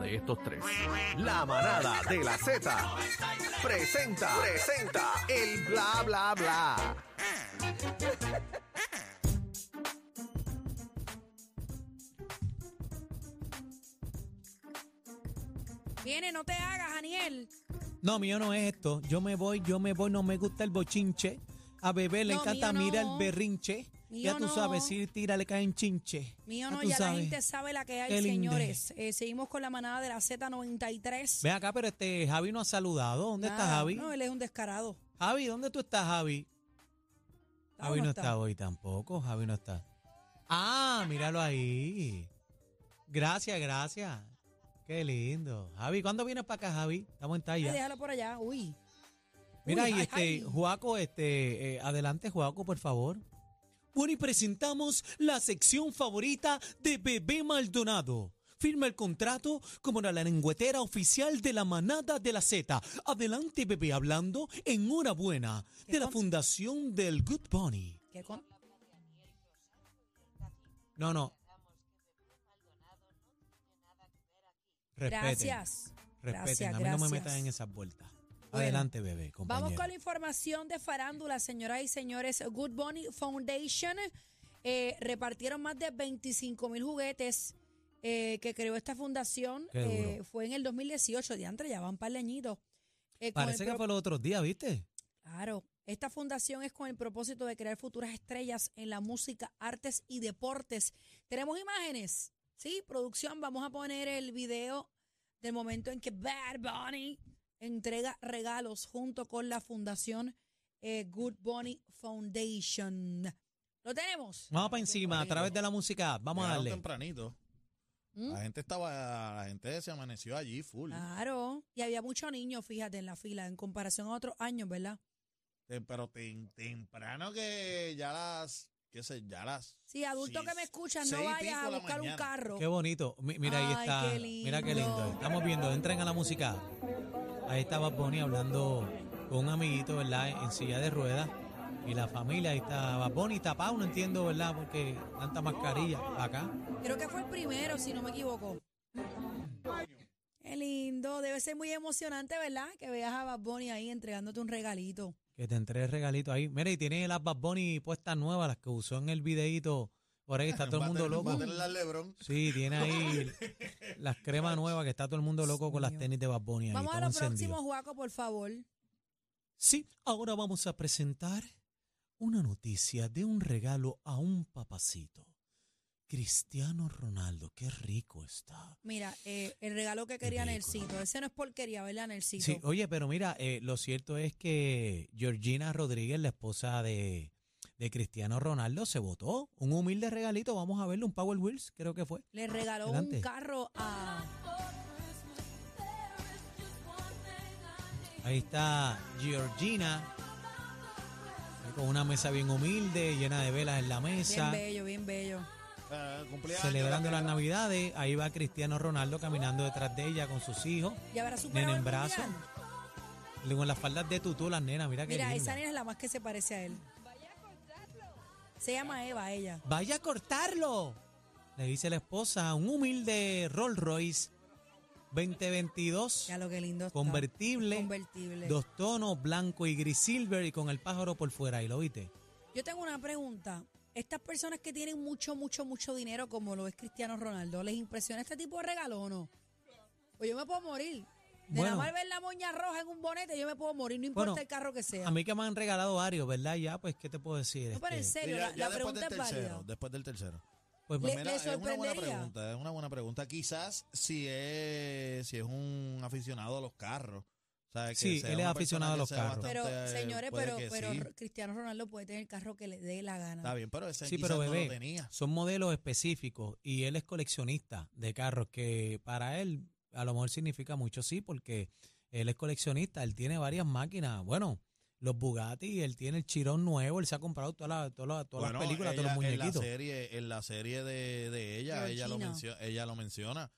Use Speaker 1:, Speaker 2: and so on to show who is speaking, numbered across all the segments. Speaker 1: de estos tres.
Speaker 2: La manada de la Z presenta, presenta el bla bla bla.
Speaker 3: Viene, no te hagas, Daniel.
Speaker 4: No, mío no es esto. Yo me voy, yo me voy, no me gusta el bochinche. A bebé le
Speaker 3: No,
Speaker 4: encanta,
Speaker 3: mío
Speaker 4: mira
Speaker 3: no.
Speaker 4: el berrinche.
Speaker 3: Mío
Speaker 4: ya tú
Speaker 3: no.
Speaker 4: sabes, si tira le caen chinche.
Speaker 3: Mío
Speaker 4: Ya
Speaker 3: no,
Speaker 4: Ah, tú
Speaker 3: ya la
Speaker 4: sabes.
Speaker 3: gente sabe la que hay,
Speaker 4: Qué lindo.
Speaker 3: señores. Eh, seguimos con la manada de la Z93.
Speaker 4: Ven acá, pero este Javi no ha saludado. ¿Dónde está
Speaker 3: Nada,
Speaker 4: Javi?
Speaker 3: No, eh. él es un descarado.
Speaker 4: Javi, ¿dónde tú estás, Javi?
Speaker 3: Ah,
Speaker 4: Javi
Speaker 3: no
Speaker 4: no
Speaker 3: está.
Speaker 4: está. hoy tampoco, Javi no está. Ah, míralo ahí. Gracias, gracias. Qué lindo. Javi, ¿cuándo vienes para acá, Javi? Estamos en
Speaker 3: Ay,
Speaker 4: talla.
Speaker 3: déjalo por allá. Uy.
Speaker 4: Mira,
Speaker 3: Uy,
Speaker 4: y
Speaker 3: ay,
Speaker 4: este,
Speaker 3: ay.
Speaker 4: Juaco, este, eh, adelante, Juaco, por favor. Bueno, y presentamos la sección favorita de Bebé Maldonado. Firma el contrato como la lengüetera oficial de la manada de la Z. Adelante, Bebé, hablando enhorabuena de la fundación del Good Bunny.
Speaker 3: ¿Qué con-
Speaker 4: No, no. Respeten,
Speaker 3: Gracias.
Speaker 4: respeten.
Speaker 3: Gracias,
Speaker 4: A mí no
Speaker 3: gracias.
Speaker 4: me metan en esas vueltas.
Speaker 3: Bueno,
Speaker 4: Adelante, bebé, compañero.
Speaker 3: Vamos con la información de farándula, señoras y señores. Good Bunny Foundation eh, repartieron más de 25 mil juguetes eh, que creó esta fundación.
Speaker 4: Qué duro.
Speaker 3: Eh, fue en el 2018, diantre, ya van par de añitos. Eh, con el
Speaker 4: Parece que
Speaker 3: pro-
Speaker 4: fue los otros días, ¿viste?
Speaker 3: Claro. Esta fundación es con el propósito de crear futuras estrellas en la música, artes y deportes. Tenemos imágenes. Sí, producción, vamos a poner el video del momento en que Bad Bunny entrega regalos junto con la fundación eh, Good Bunny Foundation. ¿Lo tenemos?
Speaker 5: Ah.
Speaker 4: Vamos para encima, a través de la música. Vamos a
Speaker 5: Llegaron
Speaker 4: darle.
Speaker 5: tempranito.
Speaker 3: ¿Mm? Ah.
Speaker 5: La gente estaba, la gente se amaneció allí full.
Speaker 3: Claro. Y había muchos niños, fíjate, en la fila en comparación a otros años, ¿verdad?
Speaker 5: Tem- Pero tem- temprano que ya las, qué sé, ya las.
Speaker 3: Sí, adulto
Speaker 5: Sí,
Speaker 3: que me escuchas, no
Speaker 5: seis y
Speaker 3: vayas
Speaker 5: pico
Speaker 3: a
Speaker 5: de la
Speaker 3: buscar un
Speaker 5: mañana.
Speaker 3: carro.
Speaker 4: Qué bonito. Mi- mira, ahí
Speaker 3: Ay,
Speaker 4: está.
Speaker 3: qué
Speaker 4: Mira qué lindo.
Speaker 3: lindo.
Speaker 4: Estamos viendo, entren a la música. Ahí estaba Bonnie hablando con un amiguito, ¿verdad? En silla de ruedas. Y la familia, ahí estaba Bonnie tapado, no entiendo, ¿verdad? Porque tanta mascarilla acá.
Speaker 3: Creo que fue el primero, si no me equivoco. Qué lindo. Debe ser muy emocionante, ¿verdad? Que veas a Bad Bunny ahí entregándote un regalito.
Speaker 4: Que te entré el regalito ahí. Mira, y tiene las Bad Bunny puestas nuevas, las que usó en el videíto. Por ahí está todo el mundo loco.
Speaker 5: Baten la Lebron.
Speaker 4: Sí, tiene ahí las cremas nuevas, que está todo el mundo loco con las tenis de Bad Bunny. ahí,
Speaker 3: Vamos a
Speaker 4: todo
Speaker 3: lo
Speaker 4: encendido.
Speaker 3: próximo, Juaco, por favor.
Speaker 4: Sí, ahora vamos a presentar una noticia de un regalo a un papacito. Cristiano Ronaldo, qué rico está.
Speaker 3: Mira, eh, el regalo que quería
Speaker 4: ridículo.
Speaker 3: Nelsito. Ese no es porquería, ¿verdad, Nelsito?
Speaker 4: Sí, oye, pero mira, eh, lo cierto es que Georgina Rodríguez, la esposa de, de Cristiano Ronaldo, se votó. Un humilde regalito, vamos a verlo, un Power Wheels, creo que fue.
Speaker 3: Le regaló
Speaker 4: Adelante.
Speaker 3: un carro a...
Speaker 4: Ahí está Georgina, eh, con una mesa bien humilde, llena de velas en la
Speaker 3: Bien
Speaker 4: mesa.
Speaker 3: bello, bien bello.
Speaker 5: Ah, cumpleaños.
Speaker 4: celebrando
Speaker 5: la
Speaker 4: las navidades. Ahí va Cristiano Ronaldo caminando detrás de ella con sus hijos.
Speaker 3: Y habrá superado
Speaker 4: Nena en
Speaker 3: el
Speaker 4: brazo.
Speaker 3: mundial.
Speaker 4: Con las faldas de tutú, las nenas, mira qué
Speaker 3: Mira,
Speaker 4: linda.
Speaker 3: esa nena es la más que se parece a él. Se llama Eva, ella.
Speaker 4: ¡Vaya a cortarlo! Le dice la esposa, un humilde Rolls Royce 2022,
Speaker 3: Ya lo que lindo está.
Speaker 4: convertible,
Speaker 3: Convertible.
Speaker 4: dos tonos, blanco y gris silver y con el pájaro por fuera. ¿Y lo viste?
Speaker 3: Yo tengo una pregunta. Estas personas que tienen mucho, mucho, mucho dinero, como lo es Cristiano Ronaldo, ¿les impresiona este tipo de regalo o no? Pues yo me puedo morir. De nada
Speaker 4: Bueno.
Speaker 3: más ver la moña roja en un bonete, yo me puedo morir, no importa
Speaker 4: Bueno,
Speaker 3: el carro que sea.
Speaker 4: A mí que me han regalado varios, ¿verdad? Ya, pues, ¿qué te puedo decir?
Speaker 3: no, pero en
Speaker 4: Este,
Speaker 3: serio,
Speaker 5: Ya-
Speaker 3: la,
Speaker 5: ya
Speaker 3: la
Speaker 5: después
Speaker 3: pregunta
Speaker 5: del
Speaker 3: es
Speaker 5: tercero,
Speaker 3: válida.
Speaker 5: después del tercero.
Speaker 4: pues,
Speaker 3: Le-
Speaker 5: Mira,
Speaker 3: le
Speaker 5: es una buena
Speaker 3: sorprendería.
Speaker 5: pregunta, es una buena pregunta. Quizás si es, si es un aficionado a los carros. O sea, que
Speaker 4: Sí,
Speaker 5: sea
Speaker 4: él es
Speaker 5: una
Speaker 4: aficionado a
Speaker 5: persona que
Speaker 4: los
Speaker 5: sea
Speaker 4: carros.
Speaker 3: Pero,
Speaker 5: bastante, eh,
Speaker 3: señores,
Speaker 5: puede
Speaker 3: pero,
Speaker 5: que
Speaker 3: pero
Speaker 5: sí.
Speaker 3: Cristiano Ronaldo puede tener el carro que le dé la gana.
Speaker 5: Está bien, pero ese
Speaker 4: Sí,
Speaker 5: quizás
Speaker 4: pero
Speaker 5: no lo
Speaker 4: bebé,
Speaker 5: tenía.
Speaker 4: son modelos específicos y él es coleccionista de carros que para él a lo mejor significa mucho, sí, porque él es coleccionista, él tiene varias máquinas, bueno, los Bugatti, él tiene el Chirón nuevo, él se ha comprado todas las todas las- todas las
Speaker 5: Bueno,
Speaker 4: películas, todos los
Speaker 5: ella- En
Speaker 4: muñequitos.
Speaker 5: la serie, en la serie de, de ella, ella lo,
Speaker 3: Georgina.
Speaker 5: mencio- ella lo menciona.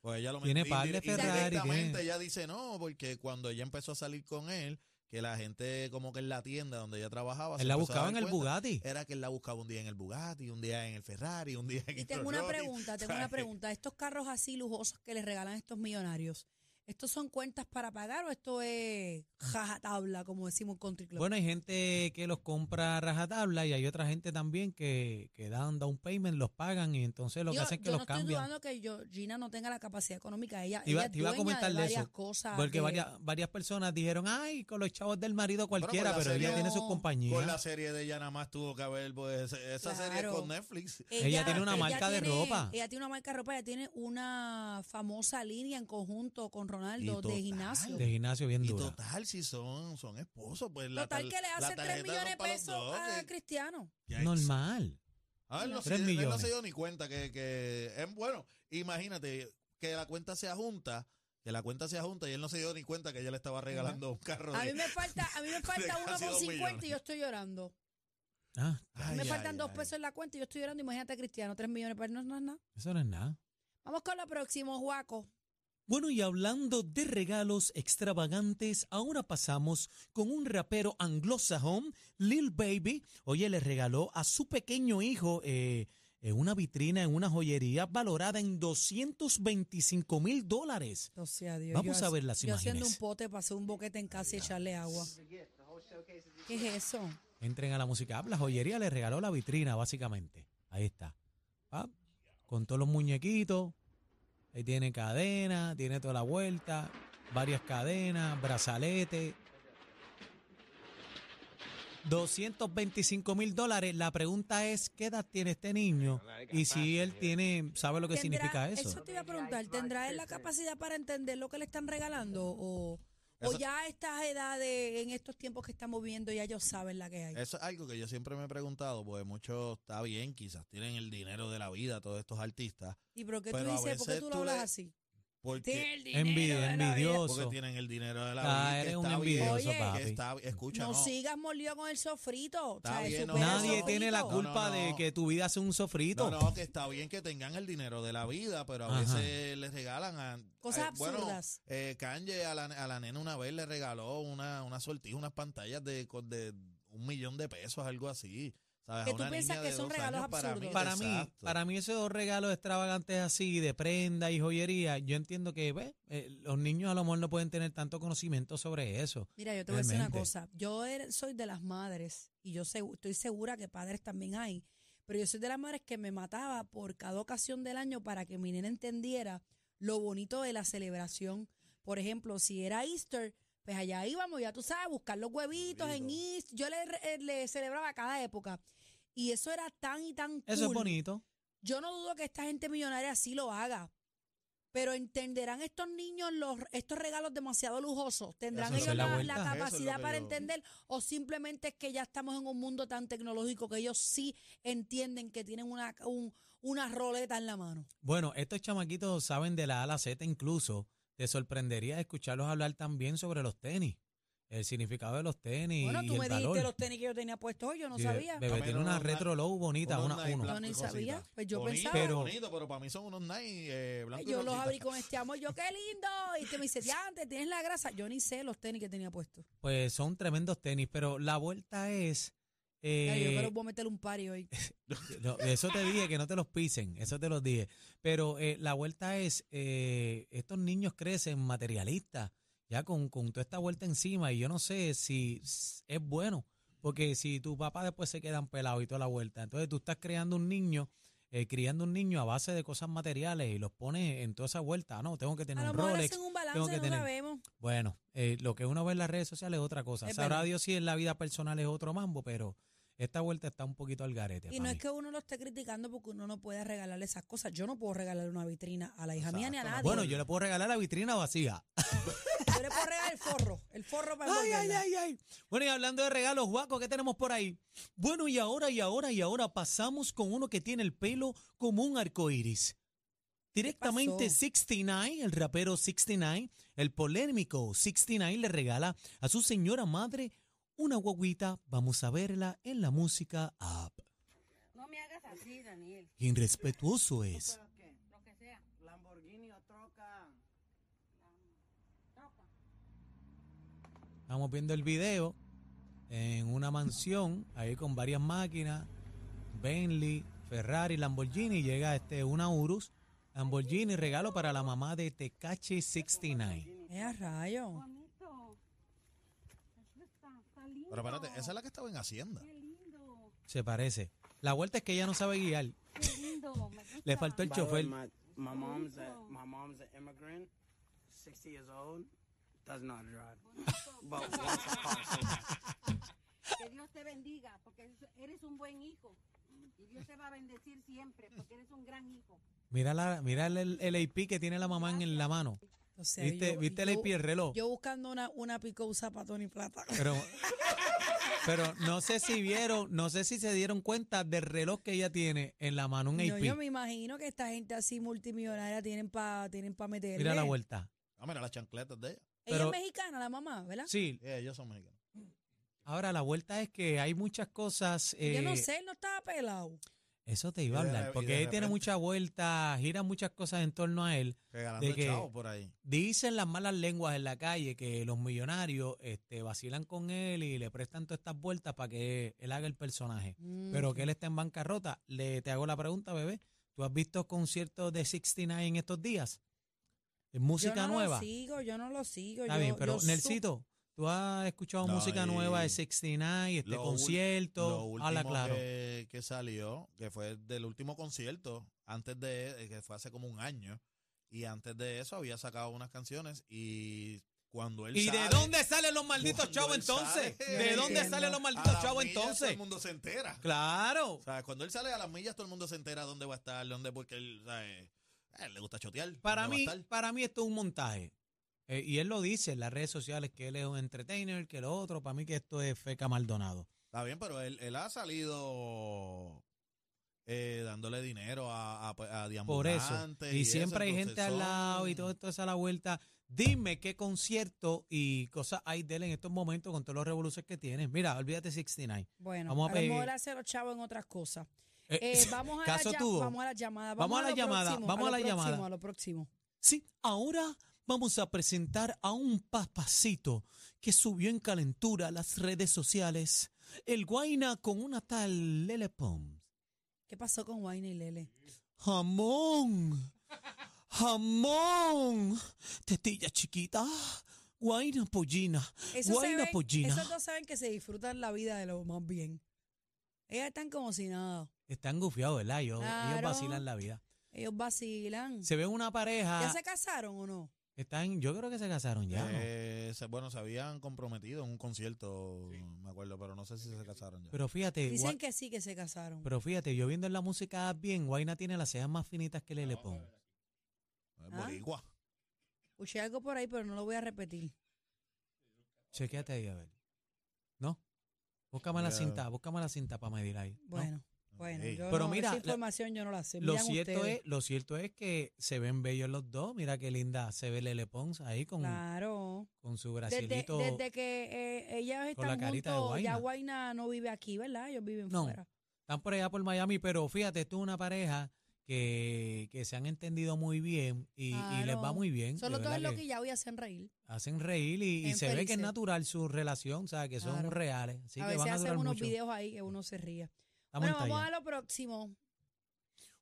Speaker 5: Pues ella lo
Speaker 4: Tiene
Speaker 5: menciona.
Speaker 4: par de
Speaker 5: Indi-
Speaker 3: Ferrari,
Speaker 5: indirectamente
Speaker 4: tiene-
Speaker 5: ella dice no, porque cuando ella empezó a salir con él, que la gente como que en la tienda donde ella trabajaba. se
Speaker 4: Él la
Speaker 5: empezó a
Speaker 4: buscaba
Speaker 5: dar
Speaker 4: en el
Speaker 5: cuenta,
Speaker 4: Bugatti.
Speaker 5: Era que él la buscaba un día en el Bugatti, un día en el Ferrari, un día en
Speaker 3: Y
Speaker 5: el
Speaker 3: tengo una
Speaker 5: Rolls Royce.
Speaker 3: pregunta, tengo una
Speaker 5: ¿sabes?
Speaker 3: pregunta. Estos carros así lujosos que les regalan a estos millonarios, ¿estos son cuentas para pagar o esto es jaja tabla, como decimos en Country Club?
Speaker 4: Bueno, hay gente que los compra a rajatabla y hay otra gente también que, que dan down payment, los pagan y entonces lo
Speaker 3: Digo,
Speaker 4: que hacen es que
Speaker 3: yo
Speaker 4: los
Speaker 3: no estoy
Speaker 4: cambian.
Speaker 3: dudando que yo, Gina no tenga la capacidad económica. Ella,
Speaker 4: Te iba-
Speaker 3: ella es
Speaker 4: te iba a
Speaker 3: dueña
Speaker 4: comentar
Speaker 3: de
Speaker 4: de
Speaker 3: varias
Speaker 4: eso,
Speaker 3: cosas.
Speaker 4: Porque
Speaker 3: de-
Speaker 4: varias, varias personas dijeron, ay, con los chavos del marido
Speaker 5: Bueno,
Speaker 4: cualquiera,
Speaker 5: con la
Speaker 4: pero
Speaker 5: serie
Speaker 4: ella tiene sus
Speaker 5: no,
Speaker 4: compañías.
Speaker 5: Con la serie de ella nada más tuvo que haber, pues, esa serie es
Speaker 3: Claro.
Speaker 5: con Netflix.
Speaker 4: Ella tiene una marca de ropa.
Speaker 3: Ella tiene una marca de ropa, ella tiene una famosa línea en conjunto con
Speaker 5: Y
Speaker 3: Ronaldo de
Speaker 5: total,
Speaker 3: gimnasio.
Speaker 4: de gimnasio bien
Speaker 5: Y
Speaker 4: dura.
Speaker 5: total, si son, son esposos, pues la
Speaker 3: Total
Speaker 5: tar-
Speaker 3: que le
Speaker 5: la
Speaker 3: hacen 3
Speaker 5: tarjeta son
Speaker 3: millones de
Speaker 5: para los
Speaker 3: pesos
Speaker 5: dos,
Speaker 3: a
Speaker 5: que-
Speaker 3: Cristiano.
Speaker 5: Yikes.
Speaker 4: Normal.
Speaker 5: A ver, no,
Speaker 4: Tres
Speaker 5: sé, él no
Speaker 4: millones.
Speaker 5: se dio ni cuenta que, que es bueno. Imagínate que la cuenta sea junta, que la cuenta sea junta y él no se dio ni cuenta que ella le estaba regalando un carro.
Speaker 3: A
Speaker 5: de-
Speaker 3: mí me falta, a mí me falta
Speaker 5: casi
Speaker 3: uno con
Speaker 5: dos
Speaker 3: 50 y
Speaker 5: millones.
Speaker 3: yo estoy llorando.
Speaker 4: Ah,
Speaker 3: A mí
Speaker 5: Ay,
Speaker 3: me
Speaker 5: ay,
Speaker 3: faltan dos
Speaker 5: ay.
Speaker 3: pesos en la cuenta y yo estoy llorando. Imagínate a Cristiano, 3 millones, pero no no es nada.
Speaker 4: eso no es nada.
Speaker 3: Vamos con lo próximo, Juaco.
Speaker 4: Bueno, y hablando de regalos extravagantes, ahora pasamos con un rapero anglosajón, Lil Baby. Oye, le regaló a su pequeño hijo eh, en una vitrina, en una joyería valorada en 225 mil dólares.
Speaker 3: O sea, Dios,
Speaker 4: Vamos
Speaker 3: yo
Speaker 4: a ver las
Speaker 3: haci- Yo haciendo un
Speaker 4: imágenes.
Speaker 3: pote para hacer un boquete en casa y echarle agua. ¿Qué es eso?
Speaker 4: Entren a la música. app, La joyería le regaló la vitrina, básicamente. Ahí está. Pap, Con todos los muñequitos. Ahí tiene cadena, tiene toda la vuelta, varias cadenas, brazalete. 225 mil dólares. La pregunta es, ¿qué edad tiene este niño? Y si él tiene, ¿sabe lo que
Speaker 3: ¿Tendrá-
Speaker 4: significa eso?
Speaker 3: Eso te iba a preguntar, ¿tendrá él la capacidad para entender lo que le están regalando? ¿O, o
Speaker 5: Eso-
Speaker 3: ya a estas edades, en estos tiempos que estamos viviendo, ya ellos saben la que hay?
Speaker 5: Eso es algo que yo siempre me he preguntado, porque muchos está bien, quizás tienen el dinero de la vida, todos estos artistas,
Speaker 3: ¿Y por qué tú
Speaker 5: pero a
Speaker 3: dices, por qué
Speaker 5: veces
Speaker 3: tú lo
Speaker 5: tú le-
Speaker 3: hablas así?
Speaker 5: porque,
Speaker 3: Tiene el dinero
Speaker 4: Envidia,
Speaker 3: de la vida.
Speaker 5: porque
Speaker 4: envidioso.
Speaker 5: tienen el dinero de la
Speaker 4: Ah,
Speaker 5: vida. que
Speaker 4: eres un
Speaker 5: está bien,
Speaker 3: envidioso,
Speaker 5: que
Speaker 4: papi.
Speaker 5: está- escucha,
Speaker 3: no,
Speaker 5: no,
Speaker 3: sigas molido con el sofrito.
Speaker 5: Está
Speaker 3: o sea,
Speaker 5: bien, no,
Speaker 3: supera el
Speaker 4: Nadie
Speaker 3: sofrito.
Speaker 4: tiene la
Speaker 5: No, no,
Speaker 4: culpa de
Speaker 5: no.
Speaker 4: que tu vida sea un sofrito.
Speaker 5: No, no, que está bien que tengan el dinero de la vida, pero a
Speaker 4: Ajá.
Speaker 5: veces les regalan a-
Speaker 3: Cosas
Speaker 5: a- bueno,
Speaker 3: absurdas.
Speaker 5: eh, Kanye a la, a la nena una vez le regaló una, una sortija, unas pantallas de, con- de un millón de pesos, algo así. ¿sabes?
Speaker 3: Que
Speaker 5: A
Speaker 3: tú
Speaker 5: una
Speaker 3: piensas
Speaker 5: niña
Speaker 3: que
Speaker 5: de
Speaker 3: son
Speaker 5: dos
Speaker 3: regalos
Speaker 5: años, para
Speaker 3: absurdos.
Speaker 5: Mí,
Speaker 4: Para mí,
Speaker 5: exacto.
Speaker 4: para mí esos regalos extravagantes así de prenda y joyería, yo entiendo que pues, eh, los niños a lo mejor no pueden tener tanto conocimiento sobre eso.
Speaker 3: Mira, yo te voy a decir una
Speaker 4: Realmente.
Speaker 3: cosa. Yo er- soy de las madres, y yo segu- estoy segura que padres también hay, pero yo soy de las madres que me mataba por cada ocasión del año para que mi nena entendiera lo bonito de la celebración. Por ejemplo, si era Easter, pues allá íbamos, ya tú sabes, a buscar los huevitos en Easter. Yo le, re- eh, le celebraba cada época. Y eso era tan y tan
Speaker 4: Eso es
Speaker 3: cool.
Speaker 4: bonito.
Speaker 3: Yo no dudo que esta gente millonaria sí lo haga. Pero entenderán estos niños los estos regalos demasiado lujosos. ¿Tendrán
Speaker 5: Eso es
Speaker 3: ellos
Speaker 4: la
Speaker 3: la, la
Speaker 4: vuelta.
Speaker 5: Eso es lo
Speaker 3: capacidad
Speaker 5: que
Speaker 3: para
Speaker 5: yo-
Speaker 3: entender? ¿O simplemente es que ya estamos en un mundo tan tecnológico que ellos sí entienden que tienen una, un- una roleta en la mano?
Speaker 4: Bueno, estos chamaquitos saben de la A a la Z incluso. Te sorprendería escucharlos hablar también sobre los tenis, el significado de los tenis
Speaker 3: bueno,
Speaker 4: y
Speaker 3: tú
Speaker 4: el
Speaker 3: me
Speaker 4: valor.
Speaker 3: dijiste los tenis que yo tenía puestos hoy, yo no
Speaker 4: Sí,
Speaker 3: sabía.
Speaker 4: Bebé tiene
Speaker 5: Camilo,
Speaker 4: una
Speaker 5: unos Nike-
Speaker 4: retro low bonita,
Speaker 5: unos
Speaker 4: una
Speaker 5: Nike
Speaker 4: uno.
Speaker 5: blancos
Speaker 3: Yo ni
Speaker 5: y
Speaker 3: sabía,
Speaker 5: cositas.
Speaker 3: pues yo
Speaker 5: Bonito,
Speaker 3: pensaba.
Speaker 4: Pero-
Speaker 5: bonito, pero para mí son unos Nike eh, blancos y
Speaker 3: Yo los
Speaker 5: rositas.
Speaker 3: abrí con este amor, yo qué lindo. Y te me dice, ya antes tienes la grasa. Yo ni sé los tenis que tenía puestos.
Speaker 4: Pues son tremendos tenis, pero la vuelta es...
Speaker 3: Ay, yo
Speaker 4: eh,
Speaker 3: creo que voy a meter un pari hoy.
Speaker 4: No, eso te dije, que no te los pisen, eso te los dije. Pero eh, la vuelta es, eh, estos niños crecen materialistas, ya con, con toda esta vuelta encima, y yo no sé si s- es bueno, porque si tu papá después se quedan pelados y toda la vuelta, entonces tú estás creando un niño eh, criando un niño a base de cosas materiales y los pone en toda esa vuelta. Ah, No, tengo que
Speaker 3: A
Speaker 4: tener
Speaker 3: lo
Speaker 4: un
Speaker 3: mejor
Speaker 4: Rolex.
Speaker 3: hacen un balance,
Speaker 4: tengo que
Speaker 3: no
Speaker 4: tener.
Speaker 3: sabemos.
Speaker 4: Bueno, eh, lo que uno ve en las redes sociales es otra cosa.
Speaker 3: Es
Speaker 4: Sabrá
Speaker 3: verdad.
Speaker 4: Dios si en la vida personal es otro mambo, pero esta vuelta está un poquito al garete.
Speaker 3: Y
Speaker 4: pa'
Speaker 3: no es
Speaker 4: mí.
Speaker 3: que uno lo esté criticando porque uno no puede regalarle esas cosas. Yo no puedo regalar una vitrina a la hija mía ni a nadie.
Speaker 5: Exacto,
Speaker 4: Bueno, yo le puedo regalar la vitrina vacía.
Speaker 3: Yo le puedo regalar el forro, el forro para
Speaker 4: Ay, ay,
Speaker 3: envolverla.
Speaker 4: ay, ay. Bueno, y hablando de regalos, Guaco, ¿qué tenemos por ahí? Bueno, y ahora, y ahora, y ahora pasamos con uno que tiene el pelo como un arco iris. Directamente
Speaker 3: pasó?
Speaker 4: 69, el rapero 69, el polémico 69 le regala a su señora madre una guaguita. Vamos a verla en la música app.
Speaker 1: No me hagas así, Daniel.
Speaker 4: Irrespetuoso es.
Speaker 1: Lo que sea.
Speaker 6: Lamborghini o troca.
Speaker 4: Estamos viendo el video en una mansión, ahí con varias máquinas, Bentley, Ferrari, Lamborghini, llega este una Urus, Lamborghini, regalo para la mamá de Tecachi 69.
Speaker 3: Eh, a rayo.
Speaker 1: Bonito. Así Está, está lindo.
Speaker 5: Pero espérate, esa es la que estaba en Hacienda.
Speaker 1: Qué lindo.
Speaker 4: Se parece. La vuelta es que ella no sabe guiar.
Speaker 1: Qué lindo. Me gusta.
Speaker 4: Le faltó el
Speaker 6: By the way,
Speaker 4: chofer.
Speaker 6: my, my mom's a my mom's an immigrant, sixty years old, does not drive, but wants a car. so
Speaker 1: Que Dios te bendiga, porque eres un buen hijo. Y Dios te va a bendecir siempre, porque eres un gran hijo.
Speaker 4: Mira, la, mira el, el, el AP que tiene la mamá en, en la mano.
Speaker 3: O sea,
Speaker 4: ¿Viste,
Speaker 3: yo-
Speaker 4: viste el
Speaker 3: yo-
Speaker 4: AP, el reloj?
Speaker 3: Yo buscando una, una pico zapatón y plata.
Speaker 4: Pero, pero no sé si vieron, no sé si se dieron cuenta del reloj que ella tiene en la mano, un
Speaker 3: Yo, yo
Speaker 4: AP.
Speaker 3: me imagino que esta gente así multimillonaria tienen para tienen pa meterle.
Speaker 4: Mira la vuelta.
Speaker 5: Ah, mira, las chancletas de ella.
Speaker 3: Ella
Speaker 4: pero-
Speaker 3: es mexicana, la mamá, ¿verdad?
Speaker 4: Sí,
Speaker 5: Eh, ellos son mexicanos.
Speaker 4: Ahora, la vuelta es que hay muchas cosas.
Speaker 3: yo no
Speaker 4: eh,
Speaker 3: sé, él no estaba pelado.
Speaker 4: Eso te iba a
Speaker 5: Y de
Speaker 4: hablar,
Speaker 5: re- y
Speaker 4: porque
Speaker 5: de
Speaker 4: él tiene
Speaker 5: repente-
Speaker 4: muchas vueltas, gira muchas cosas en torno a él.
Speaker 5: Regalando
Speaker 4: ¿De qué?
Speaker 5: chavos por ahí.
Speaker 4: Dicen las malas lenguas en la calle que los millonarios este, vacilan con él y le prestan todas estas vueltas para que él haga el personaje.
Speaker 3: Mm,
Speaker 4: Pero que él está en bancarrota. Le, te hago la pregunta, bebé. ¿Tú has visto conciertos de 69 en estos días? ¿En música
Speaker 3: yo no
Speaker 4: nueva?
Speaker 3: Lo sigo, yo no lo sigo.
Speaker 4: Está
Speaker 3: yo-
Speaker 4: bien, pero
Speaker 3: yo su-
Speaker 4: Nelsito, ¿tú has escuchado
Speaker 5: No,
Speaker 4: música
Speaker 5: y-
Speaker 4: nueva de 69, este
Speaker 5: Lo ul- Lo
Speaker 4: concierto?
Speaker 5: último
Speaker 4: Habla claro.
Speaker 5: que, que salió, que fue del último concierto, antes de, eh, que fue hace como un año, y antes de eso había sacado unas canciones y cuando él
Speaker 4: ¿Y
Speaker 5: sale,
Speaker 4: de dónde salen los malditos
Speaker 5: cuando
Speaker 4: chavos
Speaker 5: él
Speaker 4: entonces?
Speaker 5: sale,
Speaker 4: ¿De
Speaker 5: eh,
Speaker 4: dónde
Speaker 3: entiendo.
Speaker 4: salen los
Speaker 5: a
Speaker 4: malditos
Speaker 5: las
Speaker 4: chavos
Speaker 5: millas Todo
Speaker 4: entonces?
Speaker 5: el mundo se entera.
Speaker 4: Claro.
Speaker 5: O sea, cuando él sale a las millas, todo el mundo se entera dónde va a estar, dónde, porque él, ¿sabes? A él le gusta chotear.
Speaker 4: Para
Speaker 5: dónde
Speaker 4: mí,
Speaker 5: va a estar.
Speaker 4: para mí esto es un montaje. Eh, y él lo dice en las redes sociales que él es un entertainer, que lo otro. Para mí que esto es feca Maldonado.
Speaker 5: Está bien, pero él, él ha salido eh, dándole dinero a, pues, a, a
Speaker 4: Por eso.
Speaker 5: Diamante
Speaker 4: Y siempre hay
Speaker 5: entonces
Speaker 4: gente al
Speaker 5: son-
Speaker 4: lado y todo esto es a la vuelta. Dime qué concierto y cosas hay de él en estos momentos con todos los revoluciones que tiene. Mira, olvídate 69.
Speaker 3: Bueno,
Speaker 4: Vamos
Speaker 3: vamos
Speaker 4: a
Speaker 3: a, lo
Speaker 4: pe-
Speaker 3: mejor hace los chavos en otras cosas.
Speaker 4: Eh,
Speaker 3: Eh, vamos, a la
Speaker 4: caso
Speaker 3: ya-
Speaker 4: tuvo.
Speaker 3: vamos a la llamada.
Speaker 4: Vamos a la
Speaker 3: lo
Speaker 4: llamada,
Speaker 3: próximo,
Speaker 4: vamos a
Speaker 3: lo
Speaker 4: la
Speaker 3: próximo,
Speaker 4: llamada.
Speaker 3: A lo próximo.
Speaker 4: Sí, ahora vamos a presentar a un papacito que subió en calentura a las redes sociales. El Guaina con una tal Lele Pons.
Speaker 3: ¿Qué pasó con Wayne y Lele?
Speaker 4: Jamón. Jamón. Tetilla chiquita. Guaina pollina.
Speaker 3: Eso se
Speaker 4: Guaina
Speaker 3: ven-
Speaker 4: pollina.
Speaker 3: Esos dos saben que se disfrutan la vida de lo más bien. Ellas están como si nada.
Speaker 4: Están gufiados, ¿verdad? Ellos, ellos
Speaker 3: Claro.
Speaker 4: vacilan la vida.
Speaker 3: Ellos vacilan.
Speaker 4: Se ve una
Speaker 3: ¿Ya
Speaker 4: pareja.
Speaker 3: se casaron o no?
Speaker 4: Están, yo creo que se casaron ya. ¿no?
Speaker 5: Eh, se- bueno, se habían comprometido en un concierto, me acuerdo, pero no sé si se casaron ya.
Speaker 4: Pero fíjate,
Speaker 3: Dicen
Speaker 4: Gua-
Speaker 3: que sí que se casaron.
Speaker 4: pero fíjate, yo viendo en la música bien, Guaina tiene las cejas más finitas que Lele Pons.
Speaker 5: Es
Speaker 3: ¿Ah?
Speaker 5: Eh, boricua.
Speaker 3: Escuché algo por ahí, pero no lo voy a repetir.
Speaker 4: Chequéate ahí, a ver. ¿No? Búscame la
Speaker 5: Ya.
Speaker 4: cinta, búscame la cinta para medir ahí. ¿no?
Speaker 3: Bueno, bueno.
Speaker 5: Ey.
Speaker 3: yo
Speaker 4: Pero
Speaker 3: no,
Speaker 4: mira,
Speaker 3: esa
Speaker 4: la-
Speaker 3: información yo no la sé.
Speaker 4: Lo
Speaker 3: Miran
Speaker 4: cierto,
Speaker 3: ustedes.
Speaker 4: es, lo cierto es que se ven bellos los dos. Mira qué linda se ve Lele Pons ahí con,
Speaker 3: Claro.
Speaker 4: con su
Speaker 3: Desde,
Speaker 4: brasilito.
Speaker 3: desde que eh, ellas
Speaker 4: con la
Speaker 3: están
Speaker 4: carita de
Speaker 3: juntos, ya
Speaker 4: Guayna.
Speaker 3: Guayna no vive aquí, ¿verdad? Ellos viven
Speaker 4: No.
Speaker 3: fuera.
Speaker 4: Están por allá por Miami, pero fíjate, esto es una pareja que, que se han entendido muy bien y, y les va
Speaker 3: Claro.
Speaker 4: muy bien. de
Speaker 3: Solo todo
Speaker 4: verdad
Speaker 3: es lo
Speaker 4: que
Speaker 3: que ya voy a hacer reír.
Speaker 4: Hacen reír y, y
Speaker 3: Bien
Speaker 4: se ve que es
Speaker 3: felices.
Speaker 4: natural su relación, o sea, que son
Speaker 3: Claro.
Speaker 4: reales. Así
Speaker 3: a
Speaker 4: que
Speaker 3: veces
Speaker 4: van a durar
Speaker 3: hacen unos
Speaker 4: mucho.
Speaker 3: videos ahí que uno se ría.
Speaker 4: Estamos en
Speaker 3: bueno, vamos
Speaker 4: talla.
Speaker 3: a lo próximo.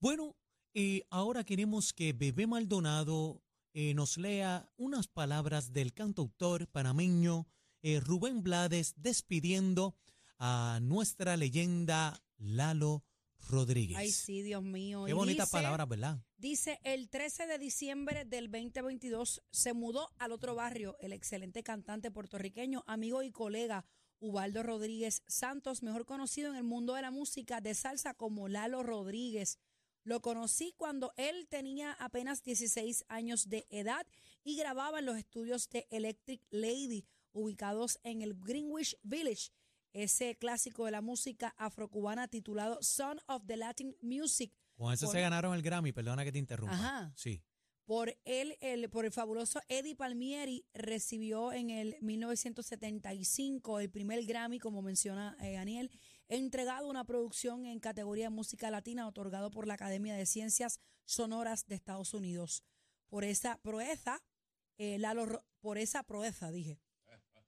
Speaker 4: Bueno, eh, ahora queremos que Bebé Maldonado eh, nos lea unas palabras del cantautor panameño eh, Rubén Blades despidiendo a nuestra leyenda Lalo Rodríguez.
Speaker 3: Ay, sí, Dios mío.
Speaker 4: Qué
Speaker 3: Y
Speaker 4: bonitas
Speaker 3: dice-
Speaker 4: palabras, ¿verdad?
Speaker 3: Dice, el 13 de diciembre del 2022 se mudó al otro barrio el excelente cantante puertorriqueño, amigo y colega Ubaldo Rodríguez Santos, mejor conocido en el mundo de la música de salsa como Lalo Rodríguez. Lo conocí cuando él tenía apenas 16 años de edad y grababa en los estudios de Electric Lady, ubicados en el Greenwich Village, ese clásico de la música afrocubana titulado Son of the Latin Music.
Speaker 4: Con eso
Speaker 3: Por-
Speaker 4: se ganaron el Grammy, perdona que te interrumpa.
Speaker 3: Ajá.
Speaker 4: Sí.
Speaker 3: Por él, el, por el fabuloso Eddie Palmieri, recibió en el 1975 el primer Grammy, como menciona eh, Aniel, entregado a una producción en categoría de música latina otorgado por la Academia de Ciencias Sonoras de Estados Unidos. Por esa proeza, eh, Lalo, Ro- por esa proeza, dije.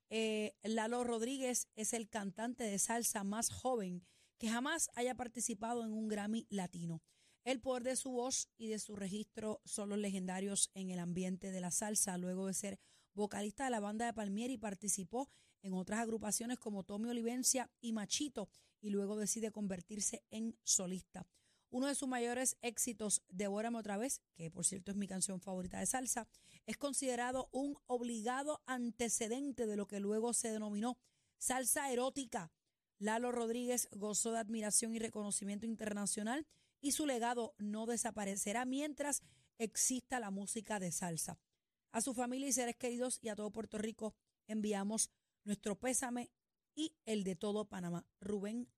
Speaker 3: Eh, Lalo Rodríguez es el cantante de salsa más joven que jamás haya participado en un Grammy latino. El poder de su voz y de su registro son los legendarios en el ambiente de la salsa. Luego de ser vocalista de la banda de Palmieri, participó en otras agrupaciones como Tommy Olivencia y Machito y luego decide convertirse en solista. Uno de sus mayores éxitos, Devórame otra vez, que por cierto es mi canción favorita de salsa, es considerado un obligado antecedente de lo que luego se denominó salsa erótica. Lalo Rodríguez gozó de admiración y reconocimiento internacional y su legado no desaparecerá mientras exista la música de salsa. A su familia y seres queridos y a todo Puerto Rico enviamos nuestro pésame y el de todo Panamá. Rubén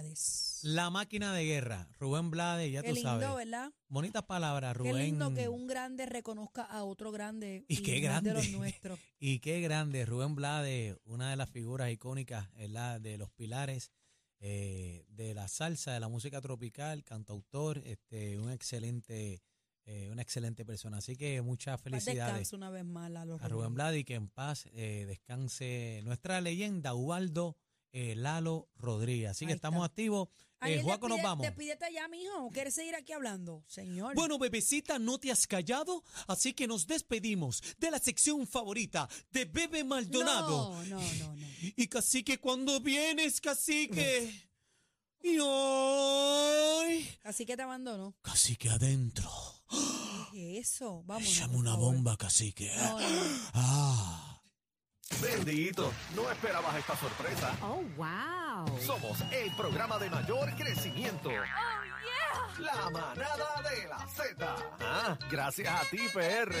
Speaker 3: Blades.
Speaker 4: La máquina de guerra, Rubén Blades, ya
Speaker 3: Qué
Speaker 4: tú
Speaker 3: lindo,
Speaker 4: sabes.
Speaker 3: ¿verdad?
Speaker 4: Bonitas palabras, Rubén.
Speaker 3: Qué lindo que un grande reconozca a otro grande
Speaker 4: Y qué
Speaker 3: no es de los
Speaker 4: grande.
Speaker 3: nuestros.
Speaker 4: Y qué grande, Rubén Blades, una de las figuras icónicas ¿verdad? de los pilares eh, de la salsa, de la música tropical, cantautor, este, un excelente, eh, una excelente persona. Así que muchas
Speaker 3: Paz
Speaker 4: felicidades
Speaker 3: descanse una vez más Lalo
Speaker 4: a Rubén Blades y que en paz eh, descanse nuestra leyenda, Ubaldo eh, Lalo Rodríguez. Así que
Speaker 3: Ahí
Speaker 4: estamos
Speaker 3: está.
Speaker 4: activos. Eh,
Speaker 3: Aniel,
Speaker 4: Juaco, nos
Speaker 3: despide-
Speaker 4: vamos.
Speaker 3: Despídete ya, mijo. ¿Quieres seguir aquí hablando? Señor.
Speaker 4: Bueno, bebecita, no te has callado, así que nos despedimos de la sección favorita de Bebe Maldonado.
Speaker 3: No, no, no, no.
Speaker 4: Y cacique, cuando vienes, cacique. Y hoy.
Speaker 3: Así que te abandono.
Speaker 4: Cacique adentro.
Speaker 3: ¿Qué es eso? Vamos.
Speaker 4: Échame una bomba, cacique.
Speaker 3: No, no, no.
Speaker 4: Ah.
Speaker 2: Bendito, no esperabas esta sorpresa.
Speaker 7: Oh, wow. Oh,
Speaker 2: Somos el programa de mayor crecimiento. La manada de la Z. Ah, gracias a ti, PR.